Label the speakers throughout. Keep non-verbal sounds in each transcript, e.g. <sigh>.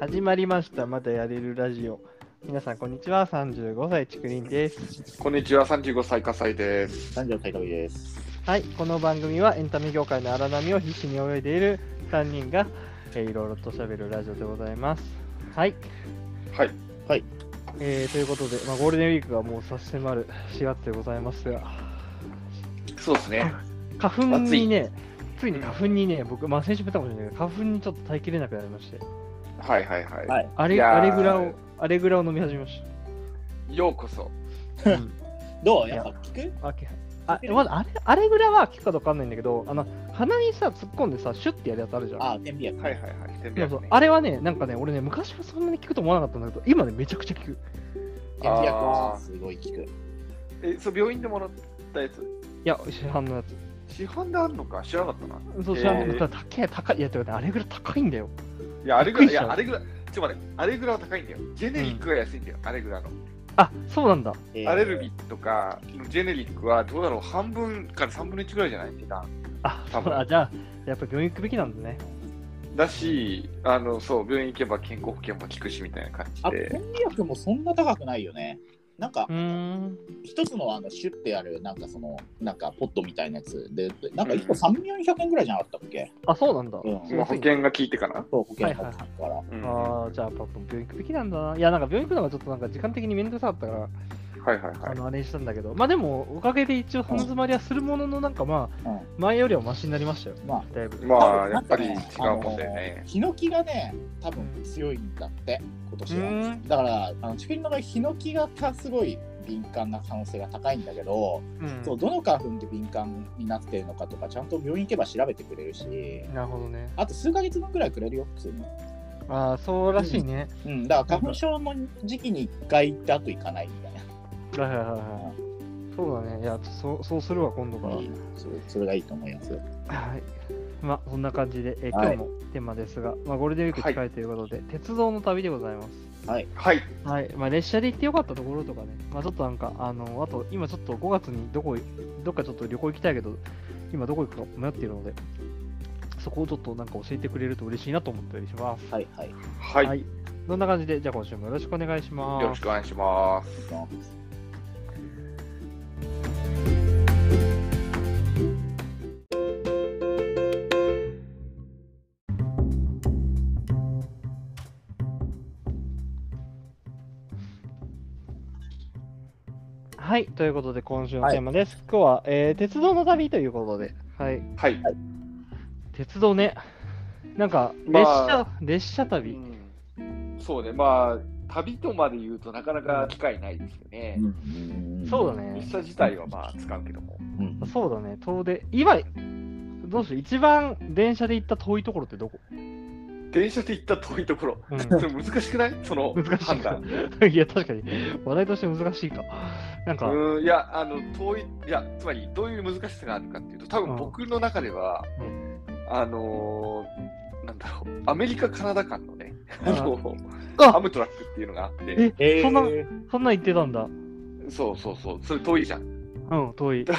Speaker 1: 始まりました。まだやれるラジオ。皆さん、こんにちは。35歳、ちくりんです。
Speaker 2: こんにちは、35歳火災です。
Speaker 3: 三条大神です。
Speaker 1: はい、この番組はエンタメ業界の荒波を必死に泳いでいる3人が、えーいろいろと喋るラジオでございます。はい、
Speaker 2: はい。
Speaker 1: えーということで、まあ、ゴールデンウィークがもう差し迫る4月でございますが、
Speaker 2: そうですね。
Speaker 1: 花粉にね、ついに花粉にね、僕、まあ、先週も言ったかもしれないけど、花粉にちょっと耐えきれなくなりまして、
Speaker 2: はいはいはい。
Speaker 3: はい。
Speaker 1: あれ
Speaker 2: いや
Speaker 1: あ
Speaker 2: ー
Speaker 1: れぐらを、あれぐらを飲み始めまし
Speaker 2: ようこそ。 <laughs>
Speaker 1: た。うん
Speaker 3: どうやっぱ聞く
Speaker 1: あけあまだあれあれぐらいは聞くかどうかわかんないんだけど、あの鼻にさ、突っ込んでさ、シュッてやるやつあるじゃん。
Speaker 3: あ、天秤や。
Speaker 2: はいはいはい。天
Speaker 1: そう
Speaker 2: 秤
Speaker 1: そう
Speaker 2: 役ね
Speaker 1: あれはね、なんかね、俺ね、昔はそんなに聞くと思わなかったんだけど、今ね、めちゃくちゃ聞く。
Speaker 3: 天秤薬は
Speaker 2: あー
Speaker 3: すごい聞く。
Speaker 2: え、そう、病院でもらったやつ。
Speaker 1: いや、市販のやつ。
Speaker 2: 市販であるのか知らなかったな。
Speaker 1: そう、
Speaker 2: へー
Speaker 1: 知らんけど、高い、高い。いや、てかね、あれぐらい高いんだよ。
Speaker 2: いや、あれぐらい、い
Speaker 1: びっくりした
Speaker 2: や、あれぐらい、ちょっと待って、あれぐらいは高いんだよ。ジェネリックが安いんだよ、あれぐらいの。
Speaker 1: あ、そうなんだ。
Speaker 3: え
Speaker 2: アレルギーとか、ジェネリックはどうだろう、半分から3分の1ぐらいじゃない値段。
Speaker 1: あ、そ
Speaker 2: 多
Speaker 1: う
Speaker 2: 分
Speaker 1: だ。じゃあ、やっぱ病院行くべきなんだね。
Speaker 2: だし、あの、そう、病院行けば健康保険も効くしみたいな感じ
Speaker 3: あ、天
Speaker 2: で。
Speaker 3: 秤薬もそんな高くないよね。なんか
Speaker 1: うー、ん。
Speaker 3: 一つのあのシュッてやる、なんかその、なんかポットみたいなやつで、なんか一個3400円ぐらいじゃなかったっけ
Speaker 1: あ、そうなんだ。
Speaker 3: うん。
Speaker 2: まあ保険が効いてかな。
Speaker 3: そう、保険かかるから。
Speaker 2: うん。は
Speaker 1: ああ、じゃあ、やっぱ病院行くべきなんだな。いや、なんか病院行くのがちょっとなんか時間的に面倒くさかったから、
Speaker 2: いはいは
Speaker 1: あ
Speaker 2: い。
Speaker 1: のあれにしたんだけど、まあでも、おかげで一応、鼻詰まりはするものの、なんかまあ、
Speaker 3: うん
Speaker 1: 前よりはマシになりましたよ、
Speaker 3: まあ、
Speaker 1: だいぶ。
Speaker 2: ま
Speaker 3: 多
Speaker 2: あ、
Speaker 3: 分
Speaker 2: や
Speaker 3: な
Speaker 2: っ
Speaker 3: ん
Speaker 2: ぱ
Speaker 3: か
Speaker 2: り違
Speaker 3: ね
Speaker 2: うもんだよね
Speaker 3: あの。ヒノキがね、多分強いんだって、今年
Speaker 1: う
Speaker 3: は。
Speaker 1: ん
Speaker 3: だから、あのチキンの場合、ヒノキがたすごい敏感な可能性が高いんだけど、
Speaker 1: うん
Speaker 3: そうどの花粉で敏感になってるのかとかちゃんと病院行けば調べてくれるし
Speaker 1: なるほどね。
Speaker 3: あと数ヶ月分ぐらいくれるよ普通に、
Speaker 1: ああ、そうらしいね。
Speaker 3: うん、だから花粉症の時期に1回行ってあと行かないみたいな、
Speaker 1: はいはいはいはい。そうだね。いや、そうそうするわ、今度から。
Speaker 3: いいそれそれがいいと思います
Speaker 1: はい。まあ、そんな感じで、えー今
Speaker 3: は
Speaker 1: 日
Speaker 3: い
Speaker 1: のテーマですが、まあ、ゴールデンウィーク近いということで、鉄道の旅でございます。
Speaker 2: はい。
Speaker 1: はい。まあ、列車で行ってよかったところとかね、まあ、ちょっとなんか、あの、あと、今ちょっと5月にどこ、どっかちょっと旅行行きたいけど、今どこ行くか迷っているので、そこをちょっとなんか教えてくれると嬉しいなと思ったりします。
Speaker 3: はいはい行
Speaker 2: はい。
Speaker 1: はい。そんな感じで、じゃあ今週もよろしくお願いします。
Speaker 2: よろしくお願いします。
Speaker 3: きます
Speaker 1: はい、ということで今週のテーマです。今日は、えー鉄道の旅ということで、はい、
Speaker 2: はい。
Speaker 1: 鉄道ね、なんか
Speaker 2: ま
Speaker 1: 列
Speaker 2: あ
Speaker 1: 車、列車旅、
Speaker 2: うんそうね、まあ、旅とまで言うとなかなか機会ないですよね。
Speaker 1: そうだ
Speaker 2: 列
Speaker 1: ね、
Speaker 2: 車自体はまあ使うけども。
Speaker 3: うん
Speaker 1: そうだね、遠出、今、どうしよう、一番電車で行った遠いところってどこ、
Speaker 2: 電車で行った遠いとこ <laughs> ろ、
Speaker 1: うん
Speaker 2: それ難しくないその
Speaker 1: 難しい
Speaker 2: 判断。 <laughs>
Speaker 1: いや、確かに、話題として難しいか。なんか、
Speaker 2: うんいや、あの、遠い、いや、つまりどういう難しさがあるかっていうと、多分僕の中では、
Speaker 1: う
Speaker 2: あのーなんだろう、アメリカ・カナダ間のね、あの
Speaker 1: あ
Speaker 2: アムトラックっていうのがあって、
Speaker 1: え、そんな、
Speaker 3: え
Speaker 1: そんなん行ってたんだ。
Speaker 2: そうそうそう、それ遠いじゃん。 <laughs>
Speaker 1: うん、遠い。
Speaker 2: だ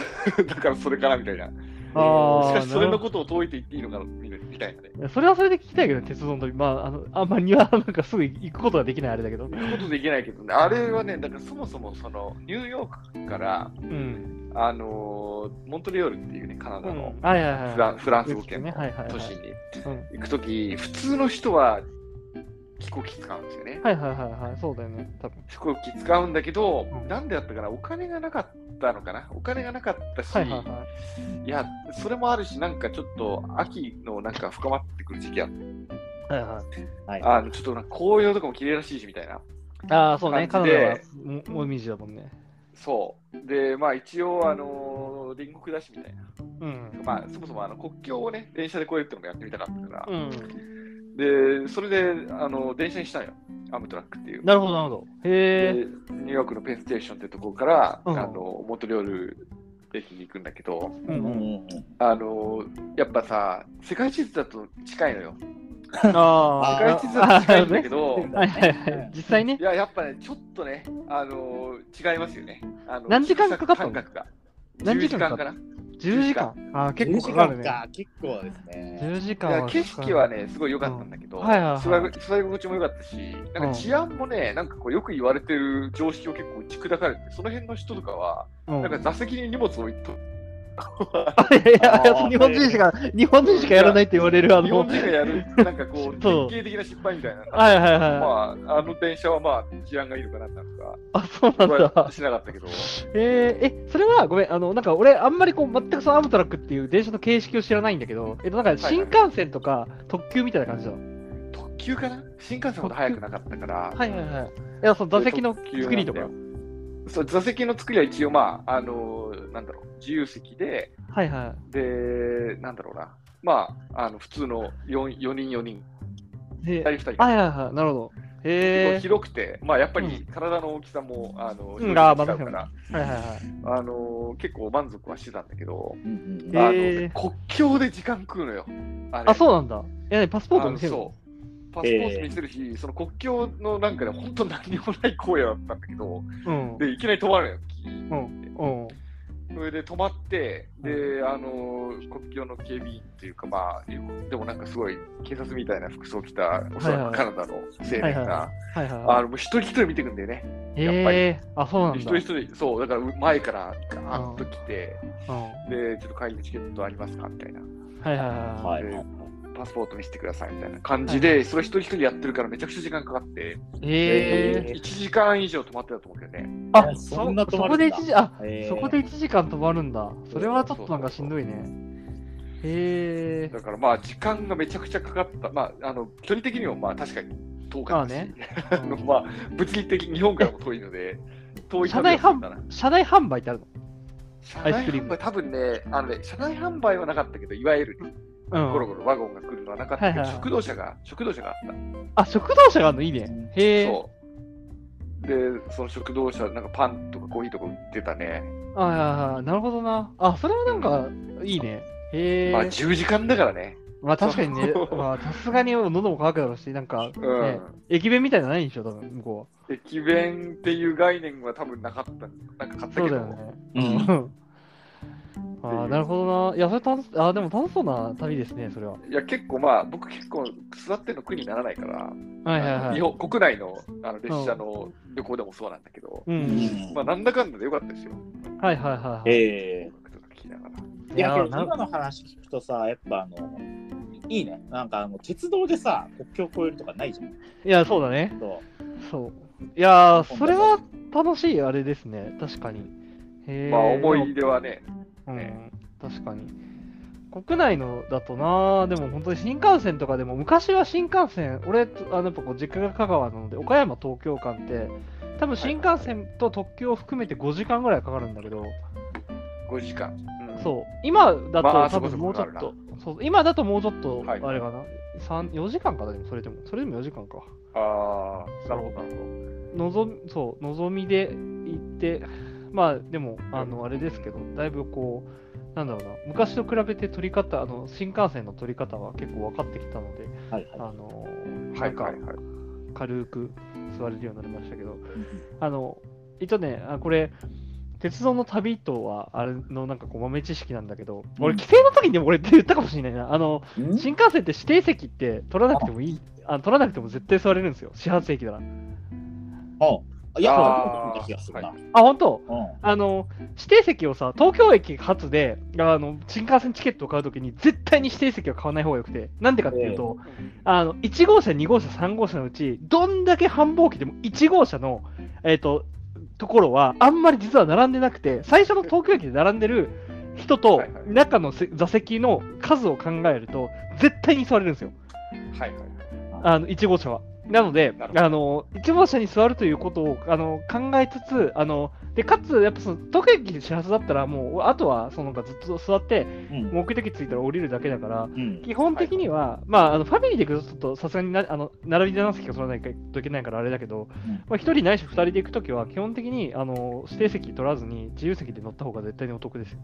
Speaker 2: からそれからみたいな。
Speaker 1: あー
Speaker 2: しかしそれ
Speaker 1: なる
Speaker 2: の
Speaker 1: ほ
Speaker 2: ことを遠いと言っていいのかみたいなね。
Speaker 1: どいやそれはそれで聞きたいけど、鉄道の旅、まあ、あの、あんまりはなんかすぐ行くことはできないあれだけど。
Speaker 2: 行くことできないけどね、あれはね、だからそもそもそのニューヨークから、
Speaker 1: うん。
Speaker 2: あのーモントリオールっていうね、カナ
Speaker 1: う
Speaker 2: ダの
Speaker 1: ん、はいはいはい。
Speaker 2: フラ,、フランス語圏の
Speaker 1: ねはいはいはい
Speaker 2: 都市に
Speaker 1: うん
Speaker 2: 行くとき、普通の人は飛行機使うんですよね。
Speaker 1: はいはいはいはい、そうだよね、多分。
Speaker 2: 飛行機使うんだけど
Speaker 1: うん、
Speaker 2: なんでやったかな、お金がなかったのかな、お金がなかったし、
Speaker 1: はい
Speaker 2: い
Speaker 1: はいはい。
Speaker 2: や、それもあるし、なんかちょっと秋のなんか深まってくる時期あって、
Speaker 1: はいはい、
Speaker 3: はい
Speaker 2: あのちょっとなんか紅葉とかも綺麗らしいしみたいな。
Speaker 1: ああ、そうね、カ
Speaker 2: 感
Speaker 1: ナ
Speaker 2: じ
Speaker 1: ダ
Speaker 2: で
Speaker 1: はももみじだもんね。
Speaker 2: そう。で、まあ一応、あのー隣国だしみたいな。
Speaker 1: うん。
Speaker 2: まあそもそもあの国境をね、電車で越えるってのもやってみたかったから。
Speaker 1: うん、
Speaker 2: で、それで、あの電車にしたんよ。アムトラックっていう。
Speaker 1: なるほど、なるほど。へえ。
Speaker 2: でニューヨークのペンステーションってとこから、
Speaker 1: うん
Speaker 2: あのモントリオール駅に行くんだけど、
Speaker 3: うんうんうん
Speaker 2: あのやっぱさ、世界地図だと近いのよ。世
Speaker 1: あ
Speaker 2: 界
Speaker 1: あ
Speaker 2: 地図だと近いんだけ
Speaker 3: あー
Speaker 2: ど
Speaker 3: ね、
Speaker 1: はいはいはい。実際ね
Speaker 2: い、や、やっぱね、ちょっとね、あの違いますよね。あの
Speaker 1: 何時間かかったの
Speaker 2: 感覚が
Speaker 1: 何時間
Speaker 2: 10
Speaker 1: かか
Speaker 2: かな
Speaker 1: 10 10時間あー結構
Speaker 3: 10時
Speaker 1: かかる
Speaker 3: 間
Speaker 1: ね。
Speaker 3: か、結構ですね。
Speaker 1: 10時
Speaker 2: い
Speaker 1: 間
Speaker 2: や
Speaker 1: は
Speaker 2: 景
Speaker 1: かかる
Speaker 2: 色はね、すごい良かったんだけど、
Speaker 1: うんはいはいはい
Speaker 2: 座り座り心地も良かったし、なんか治安もね、なんかこうよく言われてる常識を結構打ち砕かれて、その辺の人とかは、
Speaker 1: うん
Speaker 2: なんか座席に荷物置いと、
Speaker 1: <laughs> いやいや
Speaker 3: あー
Speaker 1: 日本人しか、日本人しかやらないって言われ <laughs> る、あ
Speaker 2: 日
Speaker 1: の
Speaker 2: 本人、がやる、なんかこ
Speaker 1: <laughs>
Speaker 2: う、
Speaker 1: そう
Speaker 2: 典型的な失敗みたいな。
Speaker 1: はいはいは
Speaker 2: まあ、あの電車はまあ治安がいいのかななんか、
Speaker 1: い。あ、 <laughs> そうな
Speaker 2: それ
Speaker 1: ん
Speaker 2: は
Speaker 1: だ。
Speaker 2: しなかったけど、
Speaker 1: えー、え、それはごめん、あの、なんか俺、あんまりこう、全くそのアムトラックっていう電車の形式を知らないんだけど、えっと、なんか新幹線とか特急みたいな感じだ。は
Speaker 2: 特急かな新幹線ほど早くなかったから、
Speaker 1: いはいはい。いや、その座席の作りとか。
Speaker 2: そう座席の作りは一応、まあ、あのーなんだろう、自由席で、
Speaker 1: はいは
Speaker 2: で、なんだろうな、まあ、あの普通の 4, 四人4人、
Speaker 1: い。で
Speaker 2: 2、人2人、
Speaker 1: はいはいはい、なるほど。
Speaker 2: 結構
Speaker 1: へえ
Speaker 2: 広くて、まあ、やっぱ
Speaker 1: う
Speaker 2: り体の大きさも、あの
Speaker 1: うん
Speaker 2: 広さ
Speaker 1: あー
Speaker 2: も違う
Speaker 1: まあ
Speaker 2: か
Speaker 1: ー、
Speaker 2: ら、
Speaker 1: はいはいはい。
Speaker 2: あのー結構満足はしてたんだけど、
Speaker 3: うんうんうん
Speaker 1: へ
Speaker 2: あの
Speaker 1: ー
Speaker 2: 国境で時間食うのよ。あれ
Speaker 1: あ、そうなんだ。いや、ね、パスポート見せる
Speaker 2: あの
Speaker 1: の。
Speaker 2: そうパスポート見せるし、その国境のなんかで本当何にもない荒野だったんだけど、
Speaker 1: うん。
Speaker 2: でいきなり止まるのよ。
Speaker 1: うん。
Speaker 2: それで止まって、で、あのー国境の警備員っていうか、まあ、でもなんかすごい警察みたいな服装着た、おそらくカナダの青年が、
Speaker 1: はいははいはい
Speaker 2: あ
Speaker 1: は
Speaker 2: のもう一人一人見てくんだよね。
Speaker 1: い。
Speaker 2: やっぱり
Speaker 1: へえー、あ、そうなんだ。
Speaker 2: 一人一人、そう、だから前からガーンと来て、
Speaker 1: うん。
Speaker 2: で、ちょっと会議チケットありますかみたいな、
Speaker 1: はいはいはい。
Speaker 3: はいはいはい。
Speaker 2: パスポート見せてくださいみたいな感じで、
Speaker 1: は
Speaker 2: それ一人一人やってるからめちゃくちゃ時間かかって、
Speaker 1: ええ
Speaker 3: え
Speaker 2: 1時間以上止まってたと思うけどね。
Speaker 1: あ
Speaker 3: そんな止ま
Speaker 1: そこで
Speaker 3: るんだ
Speaker 1: 1時あ、
Speaker 3: えー
Speaker 1: そこで1時間止まるんだ。それはちょっとなんかしんどいね。へえ
Speaker 2: だからまあ、時間がめちゃくちゃかかった、まあ、あの距離的にもまあ確かに遠かったし、
Speaker 1: まあね
Speaker 2: あの <laughs> まあ、物理的に日本からも遠いの
Speaker 1: <laughs>
Speaker 2: で、遠い
Speaker 1: 車内販
Speaker 2: だな
Speaker 1: 売、車内販売ってある
Speaker 2: 車
Speaker 1: アイ
Speaker 2: 内
Speaker 1: スクリー
Speaker 2: 販
Speaker 1: ム
Speaker 2: 売、多分ね、あのね、車内販売はなかったけど、いわゆる
Speaker 1: の。
Speaker 2: ゴ
Speaker 1: う
Speaker 2: ロ
Speaker 1: ん。
Speaker 2: ゴロワゴンが来るのはなかったけど、
Speaker 1: はいはい
Speaker 2: 食堂車が、食堂車があった。
Speaker 1: あ、食堂車があるのいいね。へえ。
Speaker 2: そう。で、その食堂車、なんかパンとかコーヒーとか売ってたね。
Speaker 1: ああ、なるほどな。あ、それはなんかいいね。へえ。
Speaker 2: まあ、10時間だからね。
Speaker 1: まあ確かにね
Speaker 2: そ、う
Speaker 1: まあさすがに喉も乾くだろうし、なんか、
Speaker 2: うん。
Speaker 1: ね駅弁みたいなのないんでしょ、多分向こ
Speaker 2: 駅弁っていう概念は多分なかった。なんか買っ
Speaker 1: うは。
Speaker 2: た
Speaker 1: そ
Speaker 2: け
Speaker 1: うだ
Speaker 2: ど、
Speaker 1: よね。
Speaker 3: う
Speaker 1: うんん。ああ、なるほどな。いや、それ楽し、ああ、でも楽しそうな旅ですね、それは。
Speaker 2: いや、結構まあ、僕結構座ってるの苦にならないから、
Speaker 1: はいはいはい。
Speaker 2: 日本国内のあの列車の旅行でもそうなんだけど、
Speaker 1: う。
Speaker 3: うんん
Speaker 2: まあ、なんだかんだでよかったですよ。
Speaker 1: はいはいはいはい。
Speaker 3: え
Speaker 2: 音楽とか聞きながら。
Speaker 3: ーいや、
Speaker 1: いや
Speaker 3: けど
Speaker 1: ーな
Speaker 3: 今の話聞くとさ、やっぱあの、いいね。なんかあの、鉄道でさ、国境越えるとかないじゃん。
Speaker 1: いや、そうだね。
Speaker 3: そ
Speaker 1: そう。いやー、それは楽しいあれですね、確かに。へー
Speaker 2: まあ、思い出はね、
Speaker 1: うん、確かに。国内のだとな、でも本当に新幹線とかでも、昔は新幹線、俺、あのやっぱこう実家が香川なので、岡山、東京間って、多分新幹線と特急を含めて5時間ぐらいかかるんだけど、
Speaker 2: 5時間。うん
Speaker 1: そう、今だ
Speaker 2: まあ
Speaker 1: と多分
Speaker 2: そ
Speaker 1: も
Speaker 2: こ
Speaker 1: うち
Speaker 2: そ
Speaker 1: ょ
Speaker 2: こ
Speaker 1: っ
Speaker 2: かか
Speaker 1: と、そう今だともうちょっと、あ
Speaker 2: は
Speaker 1: れ
Speaker 2: い
Speaker 1: かな、三4時間かな、でもそれでも、それでも4時間か。
Speaker 2: ああ、なるほど、なるほ
Speaker 1: のぞみそうのぞみで行って <laughs> まあでもあのあれですけどだいぶこうなんだろうな昔と比べて取り方あの新幹線の取り方は結構分かってきたので
Speaker 3: う。はい
Speaker 1: あ
Speaker 3: は
Speaker 1: の
Speaker 2: ど。
Speaker 1: な
Speaker 2: は
Speaker 1: ん
Speaker 2: い
Speaker 1: か
Speaker 2: はいはい。
Speaker 1: 軽く座れるようになりましたけど
Speaker 3: い。
Speaker 1: あの一応ねあこれ鉄道の旅とはあれのなんかこう豆知識なんだけど俺
Speaker 3: うん
Speaker 1: 帰省の時にでも俺って言ったかもしれないなあの
Speaker 3: うん
Speaker 1: 新幹線って指定席って取らなくてもいいあ取らなくても絶対座れるんですよ始発駅なら
Speaker 3: うんいや、
Speaker 2: あー
Speaker 3: 見た気がするな。
Speaker 2: は
Speaker 1: あ本当
Speaker 3: うん。
Speaker 1: あの指定席をさ、東京駅発であの新幹線チケットを買うときに絶対に指定席は買わない方がよくて、なんでかっていうと、あの1号車、2号車、3号車のうち、どんだけ繁忙期でも1号車の、えー、とところはあんまり実は並んでなくて、最初の東京駅で並んでる人と
Speaker 2: はいはい
Speaker 1: 中のせ座席の数を考えると、絶対に座れるんですよ。
Speaker 2: はいはい。
Speaker 1: あの1号車は。なので
Speaker 2: なるほど
Speaker 1: あの、1号車に座るということをあの考えつつ、あのでかつ、やっぱその東京駅で始発だったら、もうあとはそのなんかずっと座って、
Speaker 3: うん。
Speaker 1: 目的地着いたら降りるだけだから、
Speaker 3: うん。
Speaker 1: 基本的には、まあ、あのファミリーで行くと、ちょっとさすがになあの並びで何席か取らないといけないからあれだけど、
Speaker 3: うん
Speaker 1: まあ、1人ないし2人で行くときは、基本的にあの指定席取らずに、自由席で乗った方が絶対にお得ですよ。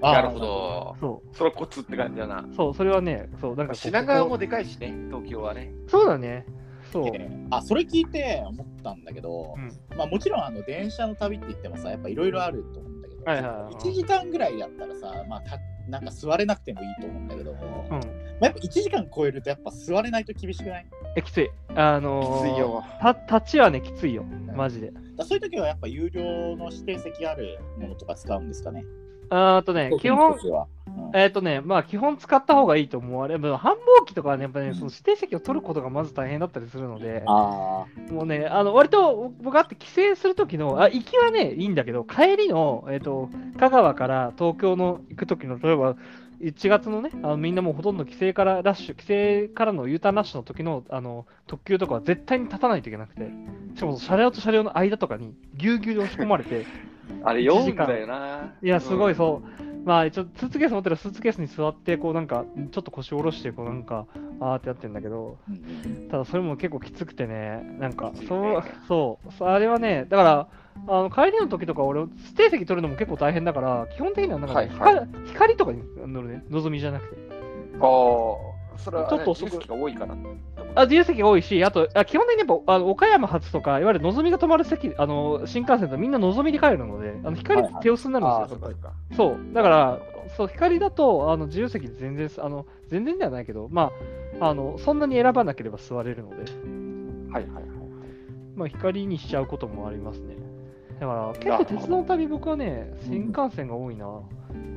Speaker 3: あー
Speaker 2: なるほ。ど。
Speaker 1: そ
Speaker 2: そのコツって感じだな。
Speaker 1: う、そうそれはね、そうなんかこう
Speaker 2: 品川もでかいしね、東京はね。
Speaker 1: そうだね、そう。
Speaker 3: えーあそれ聞いて思ったんだけど、
Speaker 1: うん
Speaker 3: まあ、もちろんあの電車の旅って言ってもさやっぱいろいろあると思うんだけど、
Speaker 1: はいはいはい
Speaker 3: 1時間ぐらいだったらさ、まあ、たなんか座れなくてもいいと思うんだけど、
Speaker 1: う
Speaker 3: ま
Speaker 1: ん。
Speaker 3: あ、やっぱ1時間超えるとやっぱ座れないと厳しくない
Speaker 1: え、きつい。あのー
Speaker 2: きついよ
Speaker 1: た、立ちはね、きついよ。マジで。
Speaker 3: だそういう時はやっぱ有料の指定席あるものとか使うんですかね
Speaker 1: あーとね、基本、
Speaker 3: は、
Speaker 1: えっ、とね、まあ基本使った方がいいと思われる。繁忙期とかはね、やっぱね、その指定席を取ることがまず大変だったりするので、
Speaker 3: あ
Speaker 1: もうね、あの割と僕あって帰省する時の、あ行きはね、いいんだけど、帰りの、えっと香川から東京の行く時の、例えば1月のね、あのみんなもうほとんど帰省からラッシュ、帰省からの U ターンラッシュの時のあの特急とかは絶対に立たないといけなくて、しかも車両と車両の間とかにぎゅうぎゅうで押し込まれて、
Speaker 2: あれ読んだよな。
Speaker 1: いや、すごい、
Speaker 2: うん
Speaker 1: そう。まあ、ちょスーツケース持ってるスーツケースに座って、こうなんか、ちょっと腰下ろして、こうなんか、あーってやってんだけど、
Speaker 3: ー、うん
Speaker 1: ただそれも結構きつくてね、なんか
Speaker 2: きつい、ね
Speaker 1: そう、そう、そあれはね、だから、あの帰りの時とか、俺、指定席取るのも結構大変だから、基本的にはなんかね、
Speaker 2: はいは
Speaker 1: 光光とかに乗るね、望みじゃなくて。
Speaker 2: ああ、それは、ね、
Speaker 1: ちょっと
Speaker 2: 知
Speaker 1: 遅く
Speaker 2: 識が多いから。
Speaker 1: あ自由席が多いし、あと、あ基本的にやっぱあの岡山発とか、いわゆる望みが止まる席、あの新幹線とみんな望みで帰るので、あの光って手薄になるんですよ。
Speaker 2: っかっか。
Speaker 1: そう、だから、そう光だとあの自由席全然あの、全然ではないけど、まああの、そんなに選ばなければ座れるので、
Speaker 2: はいはいはい。
Speaker 1: まあ、光にしちゃうこともありますね。だから、結構鉄道の旅、僕はね、新幹線が多いな。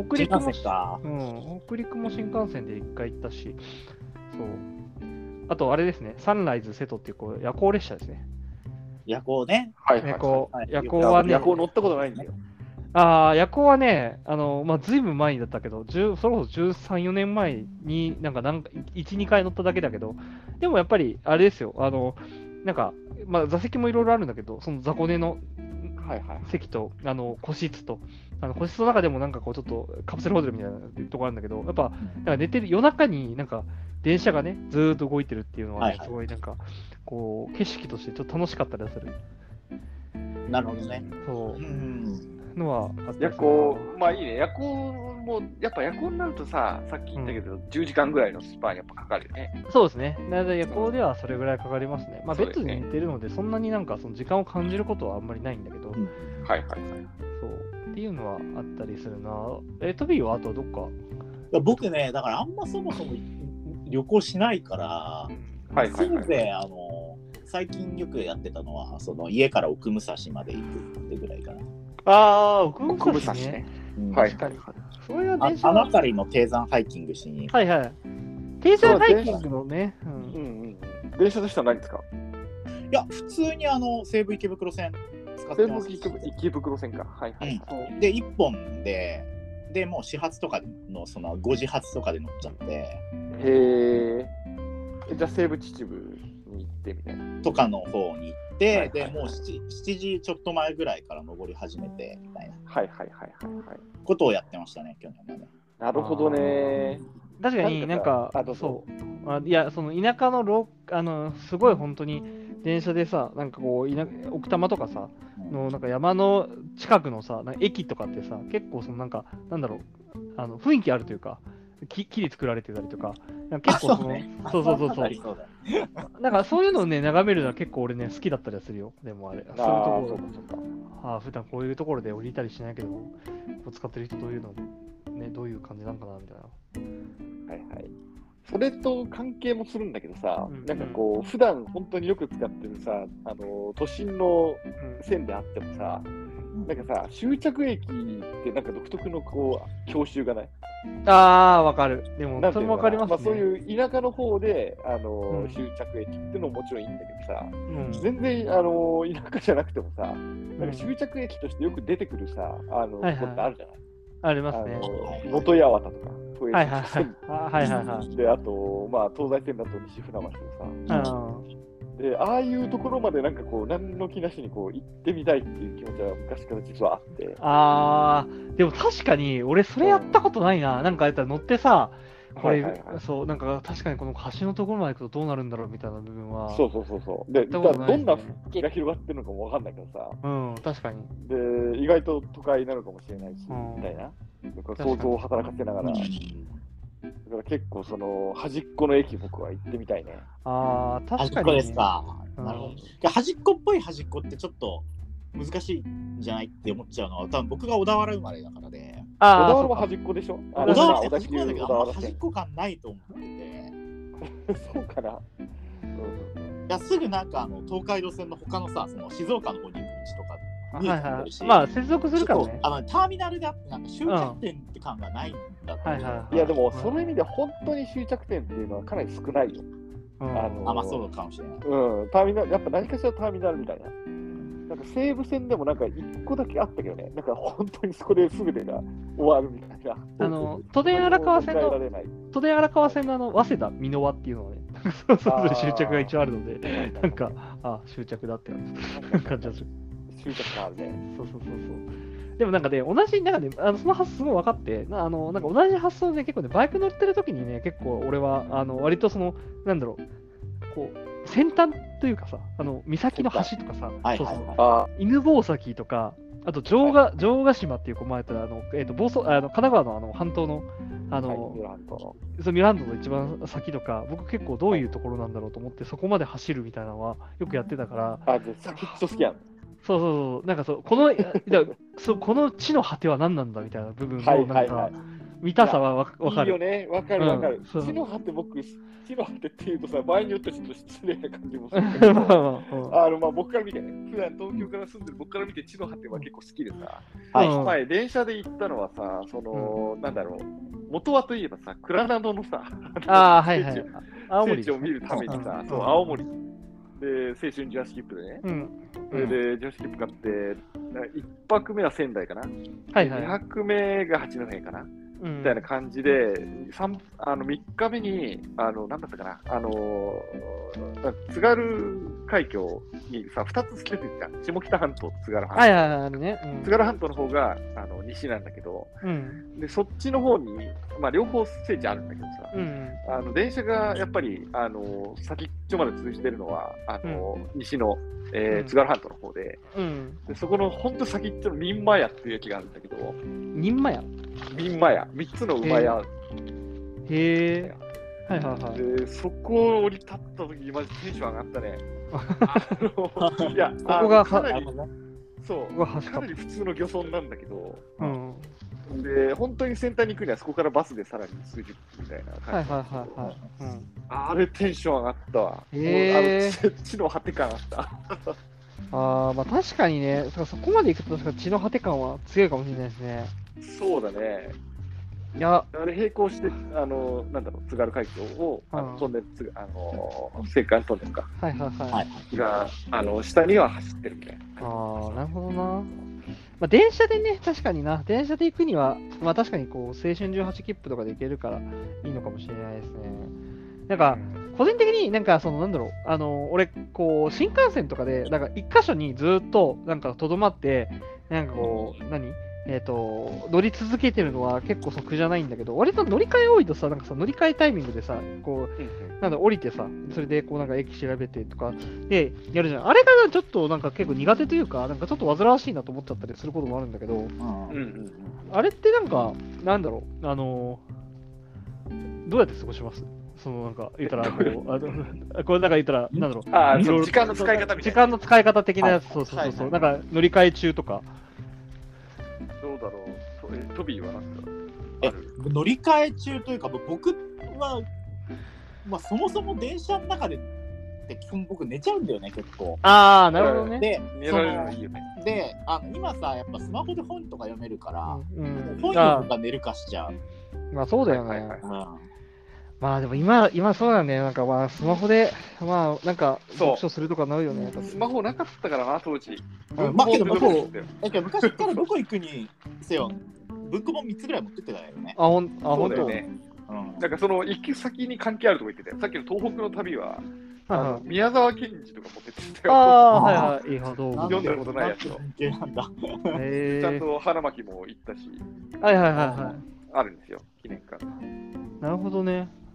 Speaker 1: 北陸
Speaker 3: 新
Speaker 1: も
Speaker 3: 幹線か
Speaker 1: うん、北陸も新幹線で1回行ったし、そう。あと、あれですね、サンライズ瀬戸っていうこう夜行列車ですね。
Speaker 3: 夜行ね
Speaker 2: はいはい、
Speaker 1: 夜行
Speaker 3: はい
Speaker 1: 夜行
Speaker 2: いや
Speaker 1: はね、
Speaker 2: 夜行乗ったことないんだよ。
Speaker 1: ああ、夜行はね、あの、まあ、ずいぶん前にだったけど、10それこそ13、4年前に、なんか、なんか、1、2回乗っただけだけど、でもやっぱり、あれですよ、あの、なんか、まあ、座席もいろいろあるんだけど、その雑魚寝の
Speaker 2: はいはい。
Speaker 1: 席と、あの、個室と、あの、個室の中でもなんかこう、ちょっとカプセルホテルみたいなとこあるんだけど、やっぱ、なんか寝てる、夜中になんか、電車がね、ずーっと動いてるっていうのはね、
Speaker 3: はいはい
Speaker 1: すごいなんか、こう、景色としてちょっと楽しかったりはする。
Speaker 3: なるほどね
Speaker 1: そうう、
Speaker 3: ん
Speaker 1: のはあった
Speaker 2: 夜
Speaker 1: りするな
Speaker 2: 行、まあいいね。夜行も、やっぱ夜行になるとさ、さっき言ったけど、10時間ぐらいのスパンやっぱかかるよね。
Speaker 1: そうですね。なので夜行ではそれぐらいかかりますね。まあ、
Speaker 2: そ
Speaker 1: ベ
Speaker 2: う
Speaker 1: ッド
Speaker 2: ですね
Speaker 1: に寝てるので、そんなになんかその時間を感じることはあんまりないんだけど、
Speaker 3: うん
Speaker 2: はいはいはい。
Speaker 1: そう。っていうのはあったりするな。え、トビーはあとどっか
Speaker 3: いや僕ねだからあんまそもそも旅行しないから
Speaker 2: はいは
Speaker 3: せ
Speaker 2: いはい
Speaker 3: いぜいあの最近よくやってたのはその家から奥武蔵まで行くってぐらいかな、
Speaker 1: ああ、奥
Speaker 2: 奥武蔵ね。。
Speaker 3: うん
Speaker 2: はい
Speaker 1: 確かに。それは
Speaker 3: あ
Speaker 1: 電車
Speaker 3: あの
Speaker 1: は
Speaker 3: 辺りの低山ハイキングしに、
Speaker 1: はいはい。停車ハイキングのね。う
Speaker 2: うんんうん。電車としては何ですか
Speaker 3: いや普通にあの西武池袋線使って
Speaker 2: 全
Speaker 3: ま
Speaker 2: 部
Speaker 3: す
Speaker 2: 池袋線か。はいはい。
Speaker 3: で1本ででもう始発とかのその5時発とかで乗っちゃって
Speaker 2: へえ。じゃあ西武秩父に行ってみたいな。
Speaker 3: とかの方に行って、
Speaker 2: はいはいはい
Speaker 3: でもう 7, 7時ちょっと前ぐらいから登り始めてみたいな
Speaker 2: はいはいはいはいはい。
Speaker 3: ことをやってましたね去年まで。
Speaker 2: なるほどね。
Speaker 1: 確かになんか
Speaker 2: あど、うぞ
Speaker 1: そう。あいや、その田舎のローあの、すごい本当に電車でさ、なんかこう、田奥多摩とかさ、のなんか山の近くのさ、なんか駅とかってさ、結構そのなんか、なんだろう、あの雰囲気あるというか、木木で作られてたりとか、なんか結構その、そうそうそう
Speaker 3: あり
Speaker 1: そ
Speaker 3: そうだ
Speaker 1: う、なんかそういうのをね、眺めるのは結構俺ね、好きだったりはするよ、でもあれ、そういうと
Speaker 2: あー
Speaker 1: こ
Speaker 2: そう
Speaker 1: ろ
Speaker 2: か、そうか。
Speaker 1: ああ、普段こういうところで降りたりしないけど、こう使ってる人どういうの、ね、どういう感じなんかなみたいな。
Speaker 2: はいはい。それと関係もするんだけどさ、
Speaker 1: うん
Speaker 2: なんかこう、普段本当によく使ってるさ、あの都心の
Speaker 1: うん
Speaker 2: 線であってもさ、なんかさ、終着駅ってなんか独特のこう、郷愁がない
Speaker 1: ああ、わかる。でも
Speaker 2: な、んて
Speaker 1: それ
Speaker 2: いう
Speaker 1: もわ
Speaker 2: のか
Speaker 1: か
Speaker 2: な
Speaker 1: ります
Speaker 2: ま
Speaker 1: ね。
Speaker 2: あ、そういう田舎の方で、あの
Speaker 1: うん
Speaker 2: 終着駅っていうのももちろんいいんだけどさ、
Speaker 1: うん、
Speaker 2: 全然、あの田舎じゃなくてもさ、
Speaker 1: う
Speaker 2: なん
Speaker 1: ん
Speaker 2: か終着駅としてよく出てくるさ、あの
Speaker 1: はいはい
Speaker 2: とこってあるじゃない
Speaker 1: ありま
Speaker 2: あ
Speaker 1: すね。
Speaker 2: の能登八幡とか、そういう
Speaker 1: はいはいはい。あはいはいはい。
Speaker 2: で、あと、まあ、東西線だと西船橋のさ、
Speaker 1: うん
Speaker 2: で、ああいうところまでなんかこう、何の気なしにこう、行ってみたいっていう気持ちは昔から実はあって。
Speaker 1: あー、でも確かに、俺、それやったことないな。なんかやったら乗ってさ、これ、
Speaker 2: はいはいはい
Speaker 1: そう、なんか確かにこの橋のところまで行くとどうなるんだろうみたいな部分は。
Speaker 2: そうそうそうそう。で、
Speaker 1: 行
Speaker 2: だ
Speaker 1: ったこと
Speaker 2: からど
Speaker 1: い
Speaker 2: んな風景が広がってるのかもわかんないけどさ、
Speaker 1: うん、確かに。
Speaker 2: で、意外と都会なのかもしれないし、
Speaker 1: うん
Speaker 2: みたいな。だ
Speaker 1: 確
Speaker 2: か
Speaker 1: からに
Speaker 2: 想像を働かせながら、だから結構その端っこの駅僕は行ってみたいね。
Speaker 1: あー、
Speaker 3: 端
Speaker 1: 確
Speaker 3: っ
Speaker 1: かに。
Speaker 3: こですか。
Speaker 1: うん
Speaker 3: なるほど。端っこっぽい端っこってちょっと難しいんじゃないって思っちゃうのは、多分僕が小田原生まれだからで、
Speaker 2: 小田
Speaker 1: ああ、
Speaker 2: 原
Speaker 1: そ
Speaker 2: も
Speaker 1: うか
Speaker 2: 端っこでしょ
Speaker 1: あ
Speaker 3: 小田原
Speaker 2: 小
Speaker 3: って
Speaker 2: 田
Speaker 3: 端っこなんだけ
Speaker 2: 小
Speaker 3: ど、
Speaker 2: 田
Speaker 3: あ
Speaker 2: 原
Speaker 3: んま端っ
Speaker 2: 線。
Speaker 3: こ感ないと思ってて、
Speaker 2: そうかな。
Speaker 3: いやすぐなんかあの東海道線の他のさ、その静岡の方に行く道とか
Speaker 1: は
Speaker 3: に
Speaker 1: い
Speaker 3: 行く
Speaker 1: は
Speaker 3: し、
Speaker 1: い。まあ、接続するから
Speaker 3: ちょ
Speaker 1: ね
Speaker 3: っと。あのターミナルであって、なんか終着点って感がないんだと思う
Speaker 1: はいはい
Speaker 2: いやでもその意味で本当に終着点っていうのはかなり少ないよ。
Speaker 1: うん
Speaker 2: あの
Speaker 3: あ、まあそうかもしれない。
Speaker 2: うん、ターミナル、やっぱ何かしらターミナルみたいな。なんか西武線でもなんか一個だけあったけどね、なんか本当にそこで全てが終わるみたいな。
Speaker 1: あの、都電荒川線
Speaker 2: 考えら
Speaker 1: の、
Speaker 2: れない
Speaker 1: 都電荒川線のあの、早稲田、箕輪っていうのはね、 <laughs> それぞれ終着が一応あるので、なんか、あ終着だって感じがする。
Speaker 2: 終着感あるね。
Speaker 1: そうそうそうそう。でもなんかね、同じ、なんかね、あのその発想すごい分かって、なあのなんか同じ発想で結構ね、バイク乗ってる時にね、結構俺は、あの割とその、なんだろう、こう、先端というかさ、あの岬の端とかさ、
Speaker 3: はい
Speaker 1: そう
Speaker 3: は
Speaker 1: そ
Speaker 3: いうはい。
Speaker 2: あ
Speaker 1: 犬吠埼とか、あと城ヶ,、城ヶ島っていう子前とあの、えー、と房総あの神奈川のあの半島のあ
Speaker 2: あ、はい、
Speaker 1: の、
Speaker 2: ミランと
Speaker 1: そのミランドの一番先とか、僕結構どういうところなんだろうと思って、そこまで走るみたいなのはよくやってたから、
Speaker 2: の。あ、で、先っちょ好きやん。
Speaker 1: そうそうそう、なんかそう、
Speaker 2: <laughs>
Speaker 1: このいやそうこの地の果ては何なんだみたいな部分
Speaker 2: は
Speaker 1: の
Speaker 2: い
Speaker 1: な
Speaker 2: は
Speaker 1: ん
Speaker 2: いは
Speaker 1: か
Speaker 2: い。
Speaker 1: 見たさはわわか
Speaker 2: いいよ
Speaker 1: る。
Speaker 2: ね、わかるわかる。
Speaker 1: うんそう
Speaker 2: 地の果て僕、地の果てっていうとさ、場合によってはちょっと失礼な感じもす
Speaker 1: ま
Speaker 2: る
Speaker 1: あ
Speaker 2: け
Speaker 1: <laughs> ま
Speaker 2: ど。
Speaker 1: あうん
Speaker 2: あのまあ、僕から見てね、普段東京から住んでる僕から見て地の果ては結構好きでさ、
Speaker 3: はい
Speaker 1: うん
Speaker 2: 前電車で行ったのはさ、その、なんだろう、元はといえばさ、蔵などのさ、 <laughs>
Speaker 1: ああ、はいはい
Speaker 2: 聖地。
Speaker 1: 青
Speaker 2: 聖
Speaker 1: 森
Speaker 2: 地を見るためにさ、
Speaker 1: うん
Speaker 2: そう青森で青春ジュアスキップでね、
Speaker 1: うん。
Speaker 2: それでジュアスキップ買って、1泊目は仙台かな、
Speaker 1: はい
Speaker 2: 2
Speaker 1: はい。
Speaker 2: 泊目が八戸かな、
Speaker 1: み
Speaker 2: みたいな感じで、三あの3日目に、あのなんだったかな、あのー津軽海峡にさ、2つ突き出てきた、下北半島と津軽半島。
Speaker 1: はいはいはい、あるね。うん
Speaker 2: 津軽半島の方があの西なんだけど、
Speaker 1: うん。
Speaker 2: でそっちの方に、まあ、両方聖地あるんだけどさ、
Speaker 1: うん。
Speaker 2: あの電車がやっぱりあの先っちょまで通じてるのはあの、西の、え
Speaker 1: う
Speaker 2: ー
Speaker 1: ん
Speaker 2: 津軽半島の方で
Speaker 1: うん。
Speaker 2: でそこの本当先っちょの民馬屋っていう駅があるんだけど
Speaker 1: 忍間や。
Speaker 2: 民馬屋3つの馬屋、
Speaker 1: へえ。はいはいはい。
Speaker 2: でそこを降り立った時マジテンション上がったね。あ <laughs> のいや
Speaker 1: ここが
Speaker 2: あのかな
Speaker 3: なる
Speaker 2: り
Speaker 3: ほどね
Speaker 2: そ
Speaker 1: ここが橋
Speaker 2: う
Speaker 1: か
Speaker 2: かなり普通の漁村なんだけど、
Speaker 1: うん。
Speaker 2: で本当に先端に行くにはそこからバスでさらに数十分みたいな感じ
Speaker 1: はいはいはいはい。うん、
Speaker 2: あれテンション上がったわ。
Speaker 1: へー
Speaker 2: もうあの地地の果て感あった。
Speaker 1: ああ、まあ確かにね、だからそこまで行くと確かに血の果て感は強いかもしれないですね。
Speaker 2: そうだね。
Speaker 1: いや、
Speaker 2: あれ並行して、あの、なんだろう、津軽海峡を、あ
Speaker 1: うん
Speaker 2: のトンネル、つあの、青函トンネルか。
Speaker 1: はいはいはい。
Speaker 3: はい
Speaker 2: が、あの、下には走ってるみたい
Speaker 1: あ
Speaker 2: な。
Speaker 1: あ、なるほどな。まあ電車でね、確かにな、電車で行くには、まあ確かにこう、青春18切符とかで行けるからいいのかもしれないですね。なんか、個人的になんかそのなんだろうあの俺こう新幹線とかでなんか一箇所にずっとなんかとどまってなんかこう何えっ、と乗り続けてるのは結構得じゃないんだけど割と乗り換え多いとさなんかさ乗り換えタイミングでさこう
Speaker 2: うんうん
Speaker 1: なんだ降りてさそれでこうなんか駅調べてとかでやるじゃんあれがちょっとなんか結構苦手というかなんかちょっと煩わしいなと思っちゃったりすることもあるんだけど
Speaker 3: う
Speaker 2: う
Speaker 3: ん
Speaker 2: んうんうん。
Speaker 1: あれってなんかなんだろうあのどうやって過ごしますそのなんか言ったらこうあのこれなんか言ったらなんだろう
Speaker 2: あ
Speaker 1: い
Speaker 2: あ、
Speaker 1: ろ
Speaker 2: そ
Speaker 1: いうろ
Speaker 2: 時間の使い方みた
Speaker 1: 時
Speaker 2: いな。
Speaker 1: 間の使い方的なやつ、そうそうそうそう、
Speaker 3: はい
Speaker 1: なんか乗り換え中とか。
Speaker 2: どうだろう。それトビーはなんか
Speaker 3: え
Speaker 2: ある。
Speaker 3: 乗り換え中というか、僕は、まあ、そもそも電車の中でって基本僕寝ちゃうんだよね、結構。
Speaker 1: ああ、な
Speaker 2: な
Speaker 1: る
Speaker 2: る
Speaker 1: ほ
Speaker 2: ほ
Speaker 1: どね。
Speaker 2: ど
Speaker 3: で、
Speaker 2: 寝
Speaker 3: そ
Speaker 2: られるの
Speaker 3: の
Speaker 2: いいよね。
Speaker 3: であの今さ、やっぱスマホで本とか読めるから、
Speaker 1: うん、
Speaker 3: 本読むか寝るかしちゃう。
Speaker 1: まあそうだよね。
Speaker 2: はいはいはい
Speaker 1: まあでも今、今そうなんだよ。なんかまあスマホで、まあなんか
Speaker 2: そう
Speaker 1: 読書するとかなるよね。
Speaker 2: スマホなかったからな、当時。
Speaker 3: うんまあけど
Speaker 2: 文庫本ってどこ
Speaker 3: だけど昔からどこ行くにせよ、文庫本3つぐらい持ってってたよね。
Speaker 1: あ、ほん、あ、
Speaker 2: そ
Speaker 1: ほ
Speaker 2: うんだ
Speaker 1: と。
Speaker 2: よ
Speaker 1: はい
Speaker 2: ね。
Speaker 3: うん
Speaker 2: なんかその行き先に関係あるとこ言ってたよ。さっきの東北の旅は、あの
Speaker 1: はい
Speaker 2: 宮沢賢治とか持ってってた
Speaker 1: あ
Speaker 2: よ。
Speaker 1: あ、はいはい。いいほど。
Speaker 2: 読んだことないやつを
Speaker 3: んて文系なんだ。
Speaker 1: へ
Speaker 2: ちゃん
Speaker 1: え。
Speaker 2: と花巻も行ったし、
Speaker 1: はいはいはいは
Speaker 2: あるんですよ、記念館。
Speaker 1: い。なるほどね。
Speaker 2: うん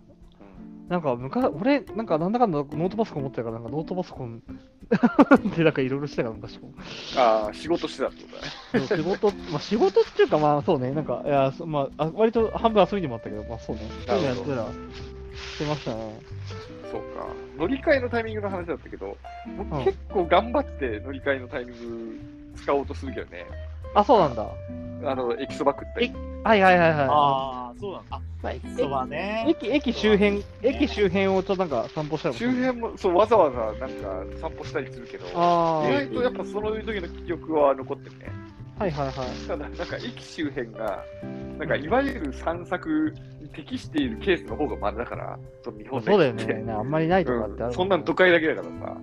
Speaker 1: なんか昔、俺、なんかなんだかんだノートパソコン持ってたから、なんかノートパソコン <laughs> でなんかいろいろしてたから、昔も。
Speaker 2: ああ、仕事してたってことだね。
Speaker 1: そう仕事、 <laughs> まあ、仕事っていうか、まあそうね、なんか、いや、そまあ、あ割と半分遊びでもあったけど、まあそうね、そ
Speaker 2: な
Speaker 1: う
Speaker 2: る
Speaker 1: いうのやっ
Speaker 2: ほ
Speaker 1: て
Speaker 2: ど
Speaker 1: たら、してましたね。
Speaker 2: そうか。乗り換えのタイミングの話だったけど、僕
Speaker 1: うん
Speaker 2: 結構頑張って乗り換えのタイミング使おうとするけどね、
Speaker 1: あ、そうなんだ。
Speaker 2: あの駅そば食ったり、
Speaker 1: はいはいはいはい。
Speaker 3: ああ、そうなんだ。
Speaker 1: まあ
Speaker 3: あ、そうはね。
Speaker 1: 駅駅周辺、駅周辺をちょっとなんか散歩したら
Speaker 2: 周辺もそうわざわざなんか散歩したりするけど、
Speaker 1: ああ、
Speaker 2: 意外とやっぱその時の記憶は残ってるね。
Speaker 1: はいはいはい。
Speaker 2: ただ、なんか駅周辺が、なんかいわゆる散策に適しているケースの方がまれだから、その日本
Speaker 1: そうだよ
Speaker 2: 駅って
Speaker 1: ね。あんまりないとかってあ
Speaker 2: う
Speaker 1: るもね、
Speaker 2: ん、そんなん都会だけだからさ、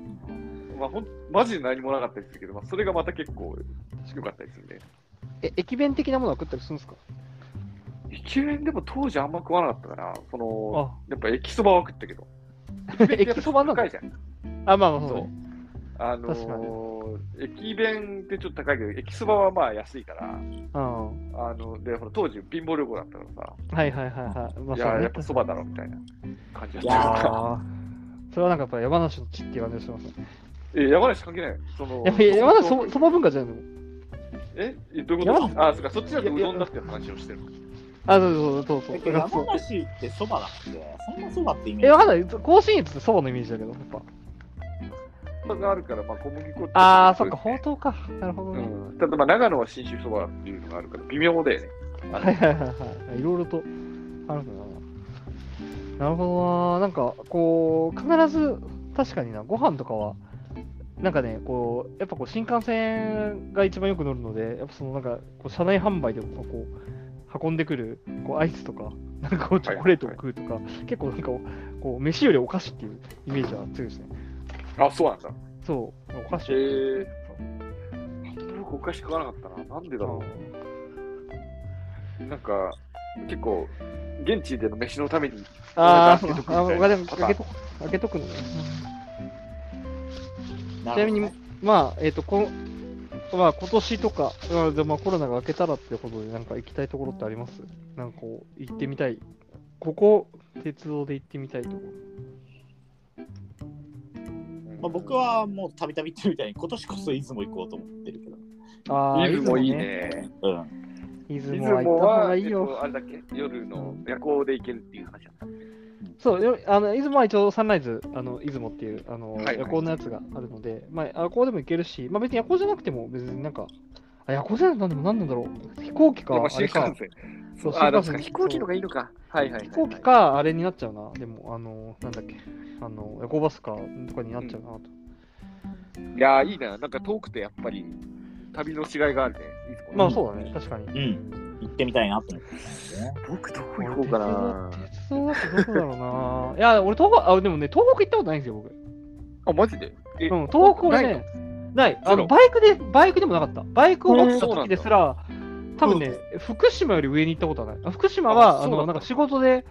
Speaker 2: まあ、ほんマジで何もなかったりするけど、まあ、それがまた結構低かったりするんで、
Speaker 1: え、駅弁的なものは食ったりするんですか
Speaker 2: 駅弁でも当時あんま食わなかったから、その
Speaker 1: あ、
Speaker 2: やっぱ駅そばは食ったけど、
Speaker 1: <laughs> 駅そばな
Speaker 2: 高
Speaker 1: の
Speaker 2: いじゃん。
Speaker 1: あ、まあまあそう
Speaker 2: そ
Speaker 1: だ
Speaker 2: う
Speaker 1: ね。
Speaker 2: あの
Speaker 1: 確か
Speaker 2: ー駅弁ってちょっと高いけど、駅そばはまあ安いから、
Speaker 1: うん。
Speaker 2: あのでほら当時、貧乏旅行だったからさ、
Speaker 1: はいはいはいはい。まあ
Speaker 2: い
Speaker 1: そ
Speaker 2: や、
Speaker 1: う
Speaker 2: や
Speaker 1: ね
Speaker 2: っ。ぱそばだろみたいな感じだっ
Speaker 3: い
Speaker 2: た
Speaker 3: や
Speaker 2: から。
Speaker 1: あーそれはなんかやっぱ山梨の地っていう感じがしますね。
Speaker 2: え、山梨関係ないのその
Speaker 1: やっぱ山梨そそば文化じゃないの
Speaker 2: えどういうこ
Speaker 1: 山
Speaker 2: とあ、そっか、そっちだとうどんだって話をしてる。
Speaker 1: あ、そうそうそうそう
Speaker 3: え
Speaker 1: そう。
Speaker 3: 山梨ってそばだっけそんなそばってイメージ。
Speaker 1: え、わかんない。甲信越ってそばのイメージだけど、やっぱ。
Speaker 2: そばがあるから、まあ、小麦粉って
Speaker 1: ああ、そっか、ほうとうか。なるほど
Speaker 2: う
Speaker 1: ね。
Speaker 2: ん。ただ、まあ、長野は信州そばっていうのがあるから、微妙だよね。あ
Speaker 1: はい
Speaker 2: れ
Speaker 1: はいはいはい。いろいろとあるんだな。なるほどな。なんか、こう、必ず、確かにな、ご飯とかは、なんかね、こう、やっぱこう、新幹線が一番よく乗るので、やっぱその、なんか、こう車内販売でも、こう、運んでくる、こう、アイスとか、なんかこう、チョコレートを食うとか、結構なんか、こう、飯よりお菓子っていうイメージは強いですね。
Speaker 2: あ、そうなんだ。
Speaker 1: そう、お菓
Speaker 2: へ
Speaker 1: 子。
Speaker 2: え。僕、お菓子食わなかったな。なんでだろう。なんか、結構、現地での飯のために、
Speaker 1: ああ、そ
Speaker 2: お
Speaker 1: う
Speaker 2: 金
Speaker 1: かあお
Speaker 2: かけとくみたいな
Speaker 1: 金も
Speaker 2: パ
Speaker 1: か
Speaker 2: ターン
Speaker 1: けとく、かけとくのね。
Speaker 3: な
Speaker 1: ちなみ
Speaker 3: るほど
Speaker 1: に
Speaker 3: ね、
Speaker 1: まあ、えっ、と、こんまあ、今年とか、うんでまあ、コロナが明けたらってことで、なんか行きたいところってありますなんかこう、行ってみたい。ここ、鉄道で行ってみたいところ。
Speaker 3: まあ、僕はもうたびたび言ってるみたいに、今年こそ出雲行こうと思ってるけど。
Speaker 1: あ
Speaker 2: 出雲いい。ね。
Speaker 3: うん。
Speaker 1: 出
Speaker 2: 出
Speaker 1: 雲は行っ
Speaker 2: 雲
Speaker 1: た方
Speaker 2: は、
Speaker 1: が
Speaker 2: え
Speaker 1: いい
Speaker 2: っ
Speaker 1: よ。
Speaker 2: と、あれだっけ夜の夜行で行けるっていう話だった。
Speaker 1: そう、よあの出雲は一応サンライズ、あの出雲っていうあの、
Speaker 2: はいはい
Speaker 1: 夜行のやつがあるので、まあ、夜行でも行けるし、まあ、別に夜行じゃなくても、別になんか、あ夜行じゃなくても何なんだろう、飛行機か、
Speaker 2: でも
Speaker 1: あ
Speaker 2: 新
Speaker 1: れか
Speaker 2: 幹、線。
Speaker 1: そう新
Speaker 2: あ、だ
Speaker 1: 幹線
Speaker 2: から飛行機の方がいいのか。はいはいはいは
Speaker 1: 飛
Speaker 2: い。
Speaker 1: 行機か、あれになっちゃうな、でも、あの、なんだっけ、あの夜行バスかとかになっちゃうなと。
Speaker 2: いやーいいな、なんか遠くてやっぱり旅の違いがあるね。いいとこ
Speaker 1: まあ、そうだね、確かに。
Speaker 3: うん。行ってみたいなと思ってますね。
Speaker 2: 僕どこ行こうかな。
Speaker 1: 鉄道鉄道だとどこだろうな。いや、俺、東北、あ、でもね、東北行ったことないんですよ、僕。
Speaker 2: あ、マジでえ、
Speaker 1: うん、東北は
Speaker 2: ない
Speaker 1: ね
Speaker 2: の、
Speaker 1: ない。あ
Speaker 2: ゼ
Speaker 1: の、
Speaker 2: ロ
Speaker 1: バイクで、バイクでもなかった。バイクを持ってた時ですら、多分ね
Speaker 3: うん、
Speaker 1: 福島より上に行ったことはない。あ福島
Speaker 2: あ
Speaker 1: は、あ
Speaker 2: そうなんだ
Speaker 1: の、なんか仕事で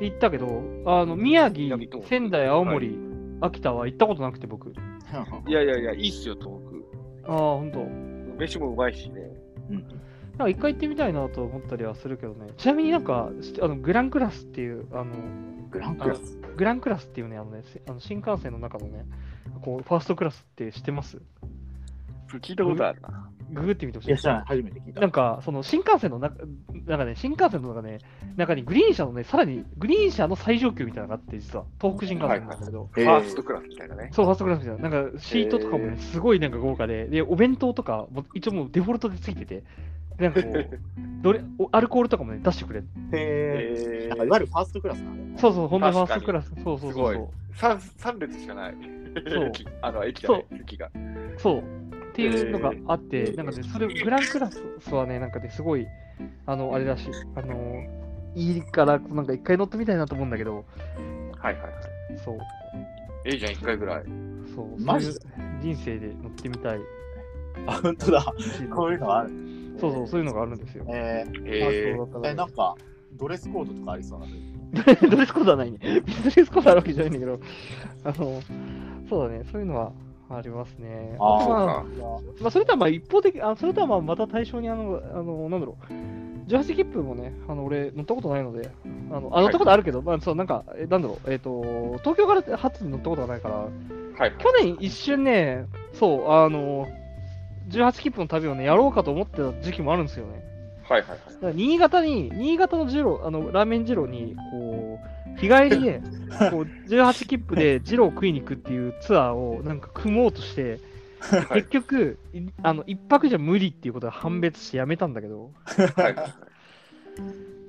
Speaker 1: 行ったけど、あの、宮城
Speaker 2: 南東、北
Speaker 1: 仙台、青森、秋田は行ったことなくて、僕。
Speaker 2: いやいやいや、いいっすよ、東
Speaker 1: ああ、ほんと。
Speaker 2: 北。飯もうまいしね。
Speaker 3: うん。
Speaker 1: なんか一回行ってみたいなと思ったりはするけどね。ちなみになんか、しあの、グランクラスっていう、あの、
Speaker 3: グランクラス。
Speaker 1: グランクラスっていうね、あのね、せあの新幹線の中のね、こう、ファーストクラスって知ってます
Speaker 2: それ聞いたことあるな。
Speaker 1: ググってみてほしい
Speaker 3: いや、知らない。初めて聞いた。
Speaker 1: なんか、その新幹線の中、なんかね、新幹線の中ね、中にグリーン車のね、さらにグリーン車の最上級みたいなのがあって、実は、東北新幹線なんだけど、
Speaker 2: フ
Speaker 3: へー
Speaker 2: ァーストクラスみたいなね。
Speaker 1: そう、ファーストクラスみたいな、なんかシートとかも
Speaker 2: へ
Speaker 1: ね、すごいなんか豪華で、で、お弁当とかも、一応もうデフォルトでついてて、でなんかこ
Speaker 3: <laughs>
Speaker 1: う、どれおアルコールとかもね、出してくれる。
Speaker 3: へ
Speaker 2: え
Speaker 3: え。なんかい
Speaker 2: ー、
Speaker 3: わゆるファーストクラスなんだよね。
Speaker 1: そうそう、ほんとファースト
Speaker 2: 確
Speaker 1: ク
Speaker 2: か
Speaker 1: ラス、そうそう
Speaker 2: す
Speaker 1: そ。
Speaker 2: ごいう三三列しかない。
Speaker 1: そう
Speaker 2: <laughs> 駅あの、駅だね、駅が。
Speaker 1: そう。っていうのがあって、
Speaker 3: ー
Speaker 1: なんかね、それ、グランクラスはね、なんかね、すごい、あの、あれらしい、あの、いいから、なんか一回乗ってみたいなと思うんだけど、
Speaker 2: はいはいはい。
Speaker 1: そう。
Speaker 2: ええじゃん、一回ぐらい。
Speaker 1: そう、
Speaker 3: マジ
Speaker 1: そういう人生で乗ってみたい。
Speaker 3: あ、本当だ。こういうのがある。
Speaker 1: そうそう、そういうのがあるんですよ。
Speaker 3: え
Speaker 2: えー、
Speaker 1: そうだ
Speaker 3: ー、え
Speaker 1: った
Speaker 3: な
Speaker 1: ら
Speaker 3: んか、ドレスコードとかありそうなの。
Speaker 1: <laughs> ドレスコードはないね。ドレスコードあるわけじゃないんだけど、あの、そうだね、そういうのはありますね。
Speaker 3: あー
Speaker 1: と
Speaker 2: そう
Speaker 1: ま
Speaker 2: か。
Speaker 1: まあ、それとはまあ一方的、あそれとはまあまた対象にあの、あのなんだろう、18切符もね、あの俺、乗ったことないので、あのあ乗ったことあるけど、まあ、そうなんか、えなんだろう、えっ、と、東京から初に乗ったことがないから、
Speaker 2: はいはい。
Speaker 1: 去年一瞬ね、そう、あの、18切符の旅をね、やろうかと思ってた時期もあるんですよね。
Speaker 2: はいはいはい
Speaker 1: だから新潟に、新潟の二郎、あのラーメン二郎に、こう、日帰りで、こう18切符で二郎食いに行くっていうツアーをなんか組もうとして、
Speaker 2: はい
Speaker 1: 結局、いあの一泊じゃ無理っていうことが判別してやめたんだけど、
Speaker 2: はい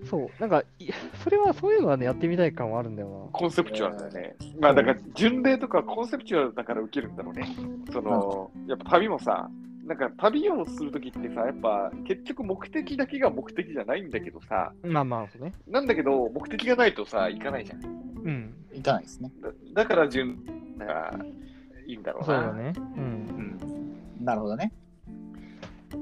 Speaker 1: そう、なんか、い <laughs> それは、そういうのはね、やってみたい感はあるんだよ
Speaker 2: <laughs> コンセプチュアルだよね。まあだから、巡礼とかコンセプチュアルだから受けるんだろうね。その、やっぱ旅もさ、なんか旅をするときってさ、やっぱ結局目的だけが目的じゃないんだけどさ、
Speaker 1: な。まあまあ、そうね。
Speaker 2: なんだけど目的がないとさ、行かないじゃん。
Speaker 1: うん、
Speaker 3: いかないですね。
Speaker 2: だだから巡だからいいんだろう
Speaker 1: そう
Speaker 2: な。
Speaker 1: だね。うん
Speaker 2: う。ん。
Speaker 3: なるほどね。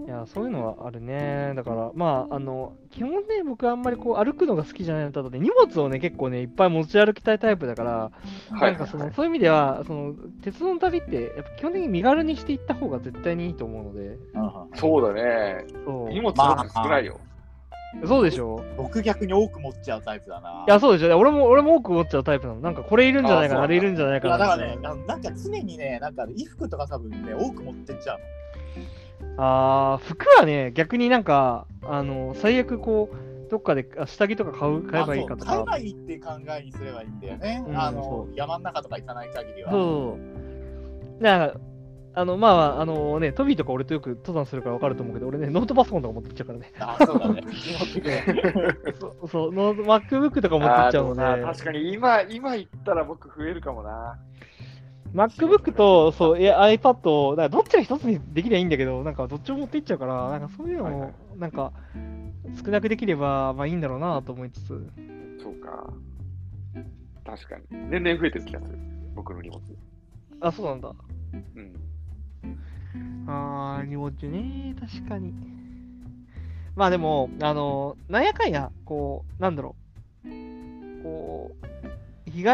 Speaker 1: いや、そういうのはあるね。だから、まあ、あの、基本ね、僕あんまりこう歩くのが好きじゃないのと、あとね、荷物をね、結構ね、いっぱい持ち歩きたいタイプだから、
Speaker 2: は
Speaker 1: なん
Speaker 2: い
Speaker 1: か。その、そういう意味では、その、鉄道の旅って、やっぱ基本的に身軽にしていった方が絶対にいいと思うので、
Speaker 3: うんうんうん
Speaker 2: そうだね。
Speaker 1: そ
Speaker 2: 荷物の方が少ないよ。
Speaker 1: う、そうでしょ
Speaker 3: 僕逆に多く持っちゃうタイプだな。
Speaker 1: いや、そうでしょ。俺も、俺も多く持っちゃうタイプなの。なんか、これいるんじゃないかな、
Speaker 2: あ
Speaker 1: あ
Speaker 2: そうなんだ
Speaker 1: れいるんじゃない
Speaker 3: い
Speaker 1: かな。
Speaker 3: やだからね、ななんか常にね、なんか衣服とか多分ね、多く持ってっちゃうの。
Speaker 1: あー服はね、逆になんか、あの、最悪こう、どっかであ下着とか買う買えばいいかと
Speaker 3: あ
Speaker 1: か
Speaker 3: そう。買えばいいって考えにすればいいんだよね。
Speaker 1: うん
Speaker 3: あ
Speaker 1: そ
Speaker 3: の
Speaker 1: う
Speaker 3: 山の中とか行かない限りは。
Speaker 1: そう。だから、あの、まあ、あのね、トビーとか俺とよく登山するから分かると思うけど、俺ね、ノートパソコンとか持ってっちゃうからね。
Speaker 3: あそうだね。持ってくる
Speaker 1: そう、そうノート MacBook とか持ってっ
Speaker 2: あー
Speaker 1: ち
Speaker 2: で
Speaker 1: ゃうの
Speaker 2: もな
Speaker 1: で、
Speaker 2: 確かに今、今行ったら僕増えるかもな。
Speaker 1: MacBook とそういや iPad を、だからどっちが一つにできりゃいいんだけど、なんかどっちも持っていっちゃうから、なんかそういうの
Speaker 2: はいは
Speaker 1: も、なんか、少なくできれば、まあいいんだろうなと思いつつ。
Speaker 2: そうか。確かに。年々増えてる気がする。僕の荷物。
Speaker 1: あ、そうなんだ。
Speaker 2: うん。
Speaker 1: あー、荷物ね、確かに。まあでも、あの、なんやかんや、こう、なんだろう、こう、日帰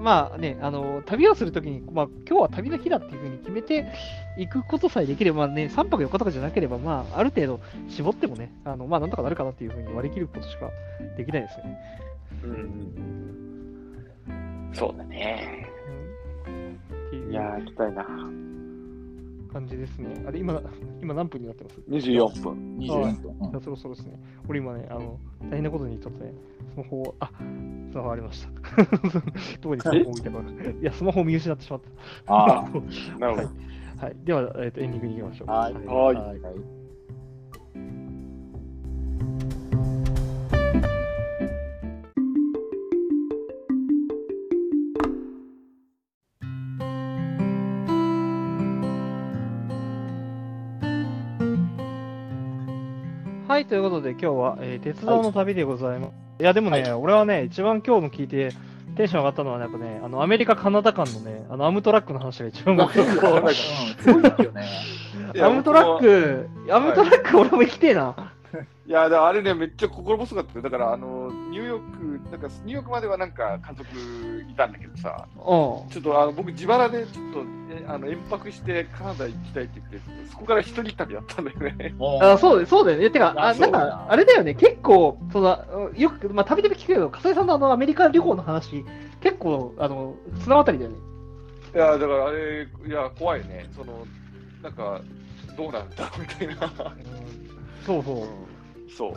Speaker 1: まあね、あの、旅をするときに、まあ、今日は旅の日だっていうふうに決めていくことさえできれば、まあね、3泊4日とかじゃなければ、まあ、ある程度絞ってもね、あの、まあ、なんとかなるかなっていうふうに割り切ることしかできないですよね。
Speaker 2: うん。そうだね。
Speaker 1: うんって
Speaker 2: い
Speaker 1: い
Speaker 2: や
Speaker 1: う
Speaker 2: ー、行きたいな。
Speaker 1: 感じですね。あれ、今、今何分になってます
Speaker 2: 24分。
Speaker 3: 24分。うん
Speaker 1: いやそろそろですね。俺今ね、あの、大変なことにちょっとね、スマホを、あ、スマホありました。 <laughs> どこにスマホを置いたか。いや、スマホを見失ってしまっ
Speaker 3: あ
Speaker 2: なるほど。
Speaker 1: た。はい。では、えっ、と、エンディングに行きましょう。
Speaker 3: あ。はい。
Speaker 2: はーい
Speaker 3: い。はい
Speaker 1: はい、ということで、今日は、えー鉄道の旅でございます。い、や、でもね、俺はね、一番今日の聞いて、テンション上がったのは、なんかね、あの、アメリカ、カナダ間のね、あの、アムトラックの話が一番僕
Speaker 2: そうなんか
Speaker 3: うんすごいよね。
Speaker 1: アムトラッ。ク、アムトラック、俺も行きてえな。
Speaker 2: いや、でもあれね、めっちゃ心細かったよ。だから、あの、ニューヨーク、なんか、ニューヨークまではなんか、家族いたんだけどさ、
Speaker 1: うん。
Speaker 2: ちょっと、あの、僕、自腹で、ちょっと、えあの、遠泊して、カナダ行きたいって言って、そこから一人旅やったんだよ <laughs> ね。
Speaker 3: もう
Speaker 1: あそうだそうだよね。てか、あ
Speaker 3: あ
Speaker 1: な
Speaker 3: そ
Speaker 1: ん
Speaker 3: う
Speaker 1: か、あれだよね、結構、そのよく、まあ、たびたび聞くけど、笠井さんのあのアメリカ旅行の話、結構、あの綱渡りだよね。
Speaker 2: いや、だから、あれ、いや、怖いね。その、なんか、どうなんだ、みたいな。
Speaker 1: そうそ
Speaker 2: そう。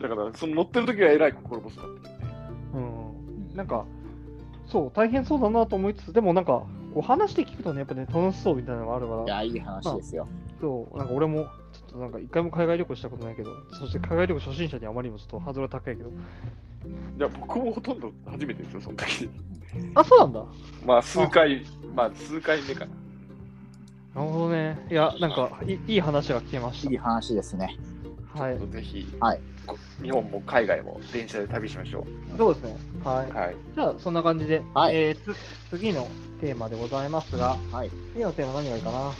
Speaker 2: だから、その乗ってる時はえらい心細かったけどね。
Speaker 1: う。うん、なんか、そう、大変そうだなと思いつつ、でもなんか、こう話して聞くとね、やっぱね、楽しそうみたいなのがあるか
Speaker 3: い
Speaker 1: ら、
Speaker 3: や、いい話ですよ。
Speaker 1: そう、なんか俺も、ちょっとなんか、一回も海外旅行したことないけど、そして海外旅行初心者にあまりにもちょっとハードルが高いけど、
Speaker 2: いや、僕もほとんど初めてですよ、その時。
Speaker 1: あ、そうなんだ。
Speaker 2: まあ、数回、まあ、数回目かな。
Speaker 1: なるほどね。いや、なんか、いいいい話が聞けまし
Speaker 3: いい話ですね。
Speaker 1: た。はい。
Speaker 2: ぜひ、
Speaker 3: はい
Speaker 2: こ日本も海外も電車で旅しましょ
Speaker 1: そうですね。はい。
Speaker 2: う。はい。
Speaker 1: じゃあ、そんな感じで、
Speaker 3: はい
Speaker 1: えーつ次のテーマでございますが、
Speaker 3: はい。
Speaker 1: 次のテーマ何がいいかな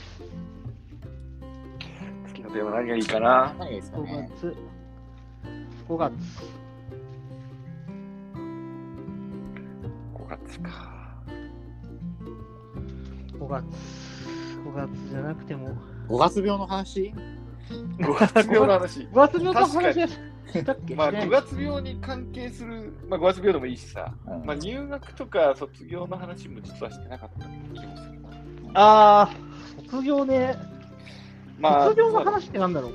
Speaker 2: 次のテーマ何がいいかな
Speaker 3: 何がいいですか
Speaker 1: ?5
Speaker 3: ね。
Speaker 1: 月。5月。
Speaker 2: ?5 月か。
Speaker 1: 5月。5月じゃなくても。。
Speaker 3: 五月病の話
Speaker 2: 5月病の話
Speaker 1: 5月病の
Speaker 2: 確
Speaker 1: 話はしたっけ
Speaker 2: まあ、
Speaker 1: しない
Speaker 2: 5月病に関係する、まあ、5月病でもいいしさ、
Speaker 3: うん
Speaker 2: まあ、入学とか卒業の話も実はしてなかった気もするな。
Speaker 1: あー、卒業ね。
Speaker 2: まあ、
Speaker 1: 卒業の話ってなんだろう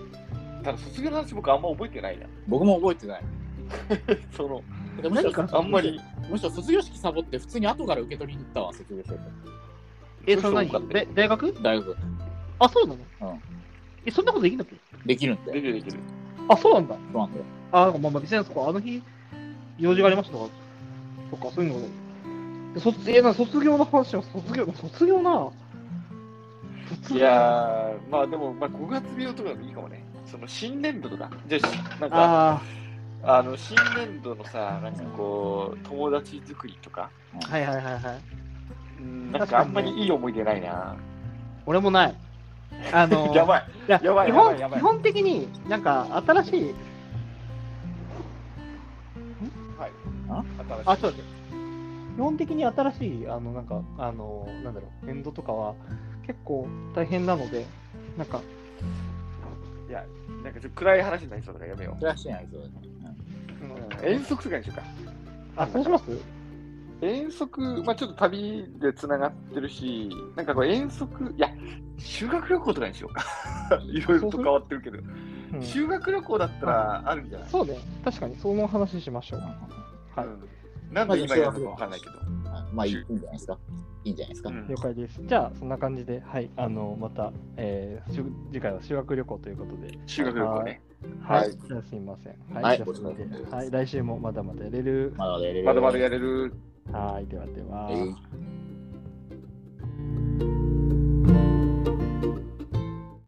Speaker 2: ただ卒業の話僕あんま覚えてないな。
Speaker 3: 僕も覚えてない。
Speaker 2: その、
Speaker 3: むしろ
Speaker 1: 何から
Speaker 2: あんまり。
Speaker 3: むしろ卒業式サボって普通に後から受け取りに行ったわ、卒業証
Speaker 1: え、
Speaker 2: そ
Speaker 1: そ
Speaker 2: ういう
Speaker 1: の
Speaker 2: 人多
Speaker 1: 何
Speaker 2: かったよ
Speaker 1: で大学
Speaker 3: 大学。
Speaker 1: あ、そうなの
Speaker 3: うん
Speaker 1: え、そんなことできんだっけ
Speaker 3: できるんだ
Speaker 2: で
Speaker 3: よ。
Speaker 2: きるできる。
Speaker 1: あ、そうなんだ。
Speaker 3: そうなんだよ。
Speaker 1: あ、なんかまあまあ、別にそこ、あの日、用事がありましたとか、とか、そういうので。で卒えな卒業の話は卒業、卒業な。卒
Speaker 2: いやー、まあでも、まあ、5月病とかでもいいかもね。その新年度とか。じゃあし、なんか、
Speaker 1: あ
Speaker 2: あの、新年度のさ、なんかこう、友達作りとか、
Speaker 1: あ、はいはいはいはい。
Speaker 2: うんなんかあんまりいい思い出ないな。
Speaker 1: 俺もない。あのー
Speaker 2: <laughs> やばい。
Speaker 1: いや
Speaker 2: やばい
Speaker 1: 基本
Speaker 2: やばいやばい
Speaker 1: 基本的になんか新しい、
Speaker 2: はい
Speaker 3: あ。
Speaker 1: あ、そうだね。基本的に新しい、あの、なんか、あの、なんだろう、エンドとかは結構大変なので、なんか、
Speaker 2: いや、なんかちょっと暗い話になりそうだからやめよ
Speaker 3: 暮らしてないそうだね。
Speaker 1: うん
Speaker 2: う。遠足とかにしようか。
Speaker 1: あ、そうします
Speaker 2: 遠足、まあちょっと旅でつながってるし、なんかこう遠足、いや、修学旅行とかにしよう <laughs> か。いろいろと変わってるけど、
Speaker 1: うん
Speaker 2: 修学旅行だったらあるんじゃない、
Speaker 1: そうね、確かに、その話しましょう。はい
Speaker 2: うんなんで今やるのかわかんないけど。
Speaker 3: うんはいまあいいいいんじゃないですか。いいんじゃないですか。
Speaker 2: うん
Speaker 1: 了解です。じゃあ、そんな感じで、はい、あの、また、えーしゅ次回は修学旅行ということで、
Speaker 2: 修学旅行ね。
Speaker 1: は、
Speaker 2: はいい
Speaker 1: じゃあすいません。
Speaker 3: はい
Speaker 1: じゃあそれで
Speaker 3: ごちそうさまです
Speaker 1: はい、来週もまだまだやれる。
Speaker 3: まだやれる
Speaker 2: まだまだやれる。
Speaker 1: はい、ではでは。
Speaker 3: はい